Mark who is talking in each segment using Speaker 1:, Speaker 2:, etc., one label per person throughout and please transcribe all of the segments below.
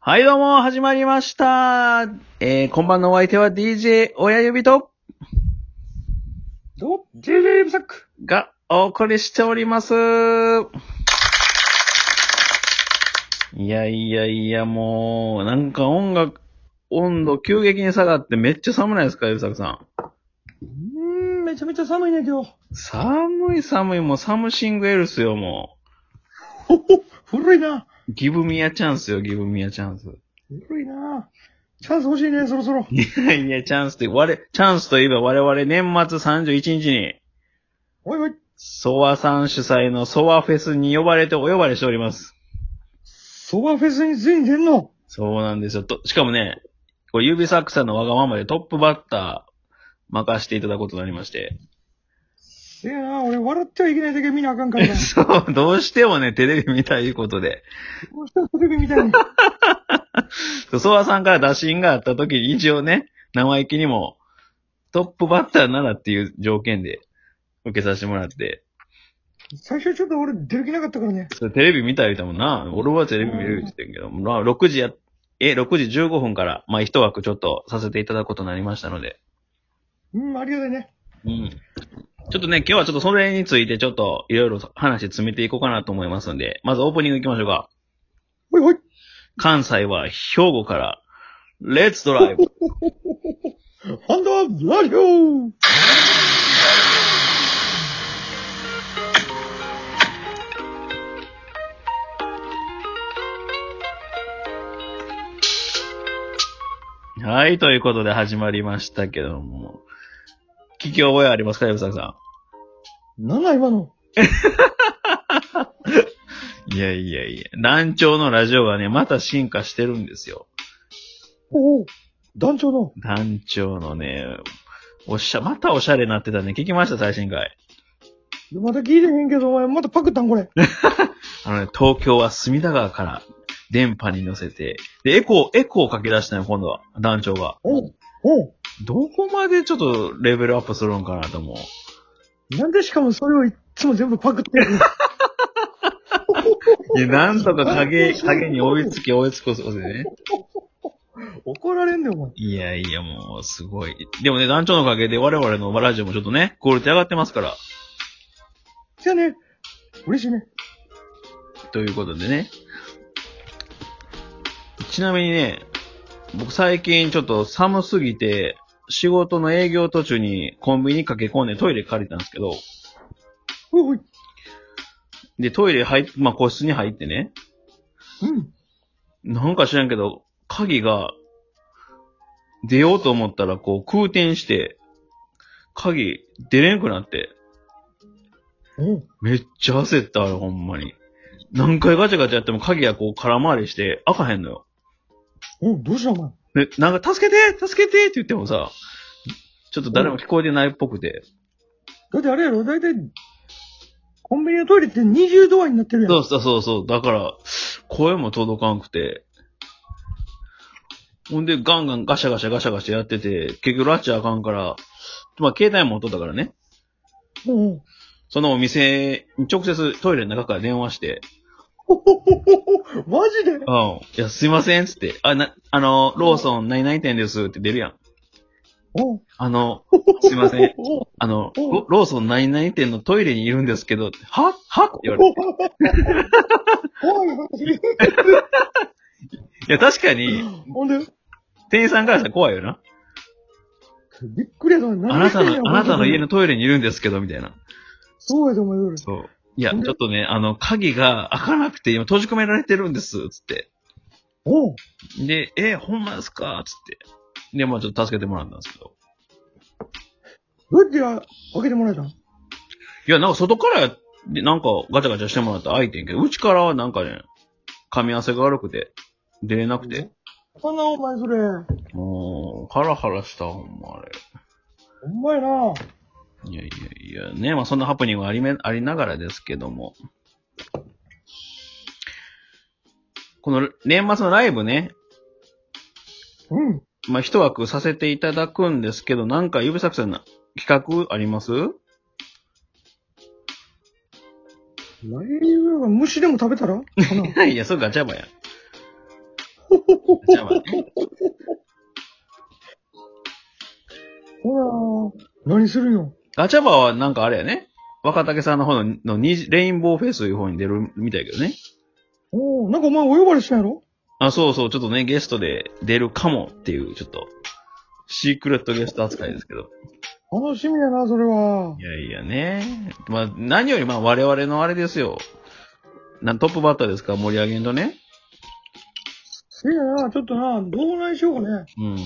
Speaker 1: はい、どうも、始まりました。えー、こんばんのお相手は DJ 親指と、
Speaker 2: ど ?JJ ブサック
Speaker 1: がお送りしております。いやいやいや、もう、なんか音楽、温度急激に下がってめっちゃ寒ないですか、ゆうさくさん。
Speaker 2: うーん、めちゃめちゃ寒いね、今日。
Speaker 1: 寒い寒い、もうサムシングエルスよ、も
Speaker 2: ほほ、古いな。
Speaker 1: う。ギブミアチャンスよ、ギブミアチャンス。
Speaker 2: 古いな。チャンス欲しいね、そろそろ。
Speaker 1: いやいや、チャンスって、我、チャンスといえば我々年末31日に、
Speaker 2: おいおい。
Speaker 1: ソワさん主催のソワフェスに呼ばれてお呼ばれしております。
Speaker 2: ソバフェスについに出んの
Speaker 1: そうなんですよ。と、しかもね、これ指サックさんのわがままでトップバッター任していただくことになりまして。
Speaker 2: せやな、俺笑ってはいけないだけ見なあかんからな。ど
Speaker 1: そう、どうしてもね、テレビ見たいことで。
Speaker 2: うしてもテレビみ たいに。
Speaker 1: そうソワさんから打診があった時に一応ね、生意気にもトップバッターならっていう条件で受けさせてもらって。
Speaker 2: 最初ちょっと俺出る気なかったからね。
Speaker 1: それテレビ見た言うたもんな。俺はテレビ見る言ってんけど、まあ6時や、え、6時15分から、まあ一枠ちょっとさせていただくことになりましたので。
Speaker 2: うん、ありがたいね。
Speaker 1: うん。ちょっとね、今日はちょっとそれについてちょっといろいろ話詰めていこうかなと思いますんで、まずオープニング行きましょうか。
Speaker 2: おいおい。
Speaker 1: 関西は兵庫から、レッツドライブ。
Speaker 2: ハンドラジオ
Speaker 1: はい、ということで始まりましたけども。聞き覚えありますか、山崎さ
Speaker 2: なんだ今の。
Speaker 1: ん。いやいやいや、団長のラジオがね、また進化してるんですよ。
Speaker 2: おお、団長の。
Speaker 1: 団長のね、おしゃ、またおしゃれになってたね。聞きました、最新回。
Speaker 2: まだ聞いてへんけど、お前またパクったんこれ。
Speaker 1: あのね、東京は隅田川から電波に乗せて、で、エコー、エコーをかけ出したのよ、今度は、団長が。
Speaker 2: おうおう
Speaker 1: どこまでちょっとレベルアップするんかなと思う。
Speaker 2: なんでしかもそれをいっつも全部パクってる の
Speaker 1: で、なんとか影、影に追いつき追いつこそうでね。
Speaker 2: 怒られんねん、お前。
Speaker 1: いやいや、もう、すごい。でもね、団長のおかげで我々のラジオもちょっとね、クオリティ上がってますから。
Speaker 2: じゃあね、嬉しいね。
Speaker 1: ということでね。ちなみにね、僕最近ちょっと寒すぎて、仕事の営業途中にコンビニ駆け込んでトイレ借りたんですけど、
Speaker 2: おいおい。
Speaker 1: で、トイレ入っ、まあ、個室に入ってね、
Speaker 2: うん。
Speaker 1: なんか知らんけど、鍵が、出ようと思ったら、こう、空転して、鍵、出れんくなって、
Speaker 2: おう
Speaker 1: めっちゃ焦った、あれ、ほんまに。何回ガチャガチャやっても鍵がこう、空回りして、開かへんのよ。
Speaker 2: おうどうしたお前。
Speaker 1: で、なんか、助けて助けてって言ってもさ、ちょっと誰も聞こえてないっぽくて。
Speaker 2: だってあれやろ、だいたい、コンビニのトイレって20ドアになってるやん。
Speaker 1: そうそうそうそう。だから、声も届かんくて。ほんで、ガンガンガシャガシャガシャガシャやってて、結局ラッチあかんから、まあ、携帯も取ったからね。
Speaker 2: おう
Speaker 1: そのお店に直接トイレの中から電話して、
Speaker 2: おうマジで
Speaker 1: うん。いや、すいません、つって。あ、な、あの、ローソン何々店ですって出るやん。
Speaker 2: おう
Speaker 1: あの、すいません。
Speaker 2: おう
Speaker 1: あの、ロローソン何々店のトイレにいるんですけど、ははって言われて。
Speaker 2: おうおいマジで
Speaker 1: いや、確かに、
Speaker 2: ほんで、
Speaker 1: 店員さんからしたら怖いよな。
Speaker 2: びっくりやったお前
Speaker 1: あなたの、あなたの家。
Speaker 2: 何してんねんお前
Speaker 1: のトイレにいるんですけど、みたいな。
Speaker 2: そうやで、お前、そ
Speaker 1: そう。いや、ちょっとね、あの、鍵が開かなくて今閉じ込められてるんです、つって。
Speaker 2: れおう
Speaker 1: で、え、ほんまですかつって。で、まあちょっと助けてもらったんですけど。
Speaker 2: どうやってや開けてもらえたん
Speaker 1: いや、なんか外から、で、なんかガチャガチャしてもらって開いてんけど、うちからはなんかね、噛み合わせが悪くて、出れなくて。
Speaker 2: そんな、お前、それ。
Speaker 1: もう、ハラハラした、ほんまあれ。
Speaker 2: ほんまやな。
Speaker 1: いやいやいや、ね、まあそんなハプニングはありめ、ありながらですけども。この年末のライブね、
Speaker 2: うん。
Speaker 1: まあ一枠させていただくんですけど、なんか指作さんな企画あります
Speaker 2: ライブが虫でも食べたらかな
Speaker 1: いや、それガチャバやん。じゃあまあね
Speaker 2: ほら、何するんよ。
Speaker 1: ガチャバはなんかあれやね。若竹さんの方ののにレインボーフェイスいう方に出るみたいやけどね。
Speaker 2: おおなんかお前お呼ばれしたんやろ
Speaker 1: あ、そうそう、ちょっとね、ゲストで出るかもっていう、ちょっと、シークレットゲスト扱いですけど。。
Speaker 2: 楽しみやな、それはい
Speaker 1: やいやね。まあ、何よりまあ我々のあれですよ。なんトップバッターですから盛り上げんとね。
Speaker 2: せやな、ちょっとな、どうないしようかね。
Speaker 1: うん。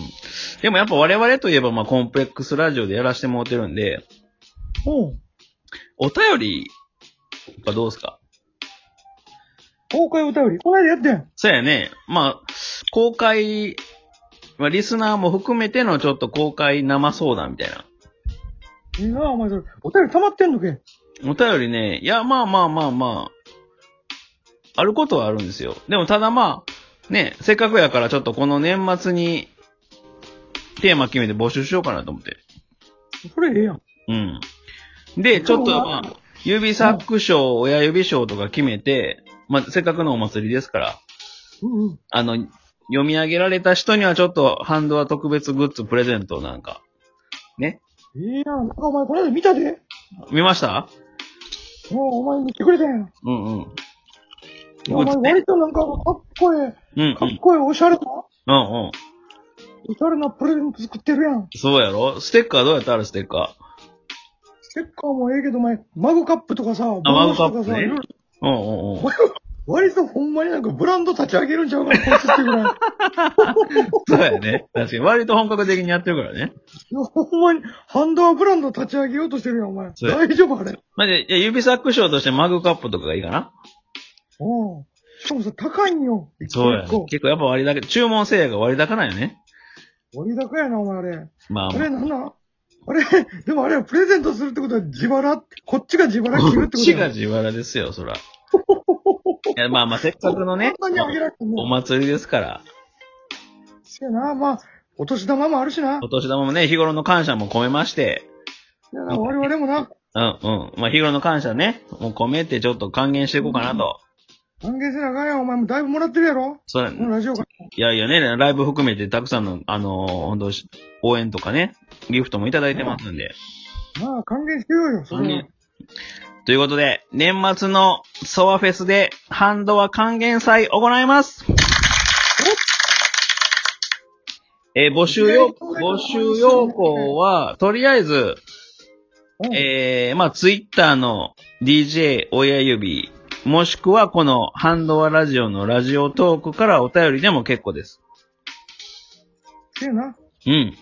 Speaker 1: でもやっぱ我々といえばまあコンプレックスラジオでやらせてもらってるんで、
Speaker 2: おうん。
Speaker 1: お便りはどうですか
Speaker 2: 公開お便り。こないだやってん。
Speaker 1: そうやね。まあ、公開、まあリスナーも含めてのちょっと公開生相談みたいな。
Speaker 2: いいな、お前それ。お便り溜まってんのけ。
Speaker 1: お便りね、いや、まあまあまあまあ、あることはあるんですよ。でもただまあ、ね、せっかくやからちょっとこの年末に、テーマ決めて募集しようかなと思って。
Speaker 2: それええやん。
Speaker 1: うん。で、ちょっとまあ、指サック賞、親指賞とか決めて、まあ、せっかくのお祭りですから、
Speaker 2: うんうん。
Speaker 1: あの、読み上げられた人にはちょっとハンドは特別グッズプレゼントなんか。
Speaker 2: ええやん。なんかお前こないだ見たで。
Speaker 1: 見ました
Speaker 2: もうお前に来てくれたやん。
Speaker 1: うんうん。
Speaker 2: いやお前割となんかかっこえ
Speaker 1: うんうん
Speaker 2: え、。かっこええ、おしゃれな、
Speaker 1: うんうん。
Speaker 2: おしゃれなプレゼント作ってるやん。
Speaker 1: そうやろステッカーどうやったあるステッカ
Speaker 2: ステッカーもええけど、お前、マグカップとかさ、
Speaker 1: あマグカップね
Speaker 2: ボトルとかさいろいろ
Speaker 1: ー。うんうんうん。
Speaker 2: 割とほんまになんかブランド立ち上げるんちゃうかな、こいつってぐらい。
Speaker 1: そうやね。確かに。割と本格的にやってるからね。
Speaker 2: いやほんまに、ハンドアブランド立ち上げようとしてるやん、お前。
Speaker 1: そうや
Speaker 2: 大丈夫あれ。
Speaker 1: まあ、で、いや指サック賞としてマグカップとかがいいかな
Speaker 2: うん。しかもさ、高いんよ。
Speaker 1: そうや、
Speaker 2: 一
Speaker 1: ね
Speaker 2: 個。一
Speaker 1: 結構やっぱ割高、注文制約が割高なんよね。
Speaker 2: 個割高やな、お前あれ。
Speaker 1: まあ
Speaker 2: あれ、なんなんあれ、でもあれはプレゼントするってことは自腹、こっちが自腹切るって
Speaker 1: こ
Speaker 2: こ
Speaker 1: っ
Speaker 2: と
Speaker 1: ち
Speaker 2: や
Speaker 1: が
Speaker 2: ん。
Speaker 1: 自腹ですよ、そ ら。いや、まあまあ、せっかくのね、
Speaker 2: そんなにあげられてん
Speaker 1: お
Speaker 2: の
Speaker 1: 祭りですから、
Speaker 2: せやな、まあ、お年玉もあるしな。
Speaker 1: お年玉もね、日頃の感謝も込めまして、
Speaker 2: せやな我々もな、
Speaker 1: うんうん。まあ、日頃の感謝ね、もう込めてちょっと還元していこうかなと。
Speaker 2: 還元せなあかんやん、お前もだいぶもらってるやろ
Speaker 1: そら、い
Speaker 2: このラジオから。
Speaker 1: やいやね、ライブ含めてたくさんの、あのー、本当応援とかね、ギフトもいただいてますんで。
Speaker 2: まあ、還元してようよ、それは。
Speaker 1: ということで、年末のソワフェスで、ハンドは還元祭行いますえー募集要、募集要項は、とりあえず、
Speaker 2: うん
Speaker 1: えー、まあ、ツイッターの DJ 親指、もしくはこのハンドはラジオのラジオトークからお便りでも結構です。
Speaker 2: せやな。
Speaker 1: うん。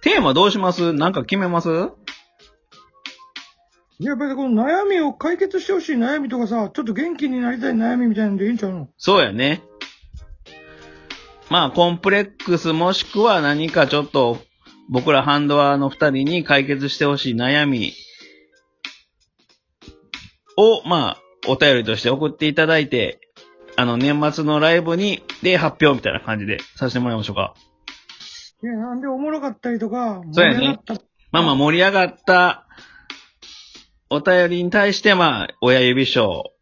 Speaker 1: テーマどうしますなんか決めますうん
Speaker 2: いや、やっぱりこの悩みを解決してほしい悩みとかさ、ちょっと元気になりたい悩みみたいなんでいいんちゃうの
Speaker 1: そうやね。まあ、コンプレックスもしくは何かちょっと、僕らハンドワーの二人に解決してほしい悩みを、まあ、お便りとして送っていただいて、あの、年末のライブに、で、発表みたいな感じでさせてもらいましょうか。
Speaker 2: いや、なんでおもろかったりとか、
Speaker 1: そうやね
Speaker 2: 盛り上がった
Speaker 1: まあまあ、盛り上がった、お便りに対して、まあ、親指賞、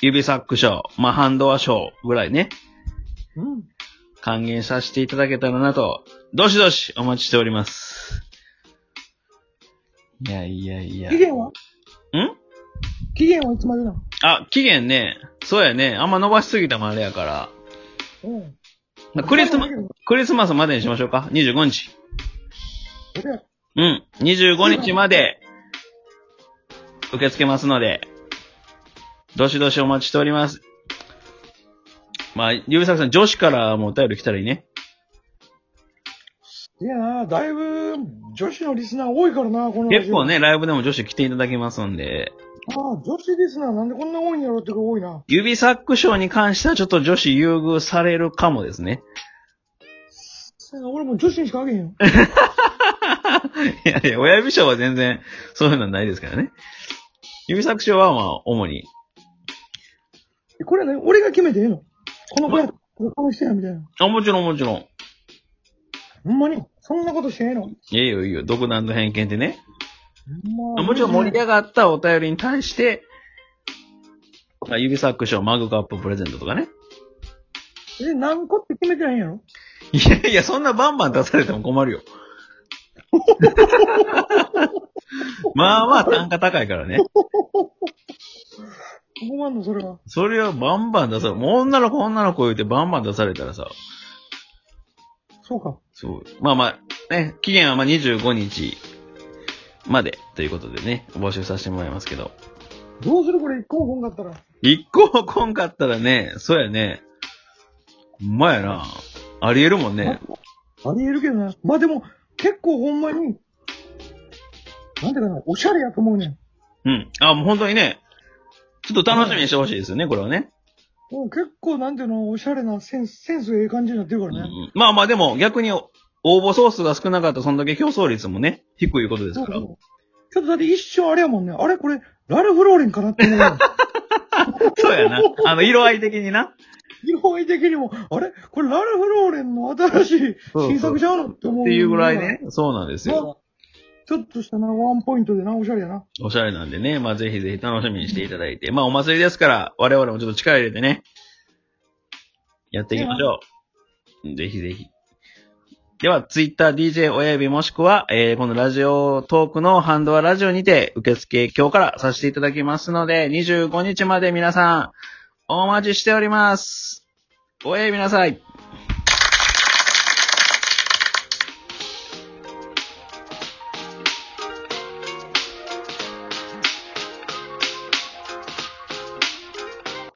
Speaker 1: 指サック賞、まあ、ハンドワ賞ぐらいね。
Speaker 2: うん。
Speaker 1: 還元させていただけたらなと、どしどしお待ちしております。いやいやいや。
Speaker 2: 期限は
Speaker 1: ん
Speaker 2: 期限はいつまでなの
Speaker 1: あ、期限ね。そうやね。あんま伸ばしすぎたもんあれやから。
Speaker 2: うん。
Speaker 1: まあクリスマ
Speaker 2: そ、
Speaker 1: クリスマスまでにしましょうか。25日。
Speaker 2: れや
Speaker 1: うん。25日まで、受け付けますので、どしどしお待ちしております。まあ、ゆうさくさん、女子からもお便り来たらいいね。
Speaker 2: いやな、だいぶ女子のリスナー多いからな、このラジ
Speaker 1: 結
Speaker 2: オ
Speaker 1: 構。ね、ライブでも女子来ていただけますんで、
Speaker 2: ああ、女子リスナーなんでこんな多いんやろってが多いな。
Speaker 1: 指サック賞に関してはちょっと女子優遇されるかもですね。
Speaker 2: せやな俺もう女子にしかあげへんよ。
Speaker 1: いやいや、親指賞は全然そういうのはないですからね。指サック賞はまあ、主に。
Speaker 2: えこれはね、俺が決めてええのこの子や、この人や、みたいな。
Speaker 1: あ、もちろんもちろん。
Speaker 2: ほんまに、そんなことしてええの
Speaker 1: いいよいいよ、独断と偏見でね。
Speaker 2: ほんま
Speaker 1: あもちろん盛り上がったお便りに対して、まあ、指サック賞、マグカッププレゼントとかね。
Speaker 2: え、何個って決めてないんやろ
Speaker 1: いやいや、そんなバンバン出されても困るよ。まあまあ単価高いからね。
Speaker 2: 困んの、それは。
Speaker 1: それはバンバン出されもう女の子女の子言うてバンバン出されたらさ、
Speaker 2: そうか。
Speaker 1: そう。まあまあ、ね、期限はまあ25日までということでね、募集させてもらいますけど。
Speaker 2: どうするこれ、一個も本かったら。
Speaker 1: 一個も来んかったらね、そうやね。ほんまやな。ありえるもんね。
Speaker 2: ありえるけどな。まあでも、結構ほんまに、なんていうかな、おしゃれやと思うねん。
Speaker 1: うん。あ、もう本当にね、ちょっと楽しみにしてほしいですよね、これはね。
Speaker 2: もう結構、なんていうの、おしゃれなセンス、センスええ感じになってるか
Speaker 1: うんう
Speaker 2: らね。
Speaker 1: んまあまあでも逆に応募総数が少なかったらそんだけ競争率もね、低いことです
Speaker 2: そう
Speaker 1: か
Speaker 2: そう
Speaker 1: ら。
Speaker 2: ちょっとだって一瞬あれやもんね。あれこれ、ラルフローレンかなって思うねん。
Speaker 1: そうやな。 あの、色合い的にな。
Speaker 2: 色合い的にも、あれこれラルフローレンの新しい
Speaker 1: そうそう
Speaker 2: 新作ちゃうのって思う。
Speaker 1: っていうぐらいね。。そうなんです
Speaker 2: ま
Speaker 1: よ。
Speaker 2: あ、ちょっとしたな、ワンポイントでな、おしゃれやな。
Speaker 1: おしゃれなんでね。まあぜひぜひ楽しみにしていただいて。まあお祭りですから、我々もちょっと力入れてね。やっていきましょう。ぜひぜひ。では、ツイッター DJ 親指もしくは、えー、このラジオトークのハンドはラジオにて、受付今日からさせていただきますので、25日まで皆さん、お待ちしております。おやびなさい。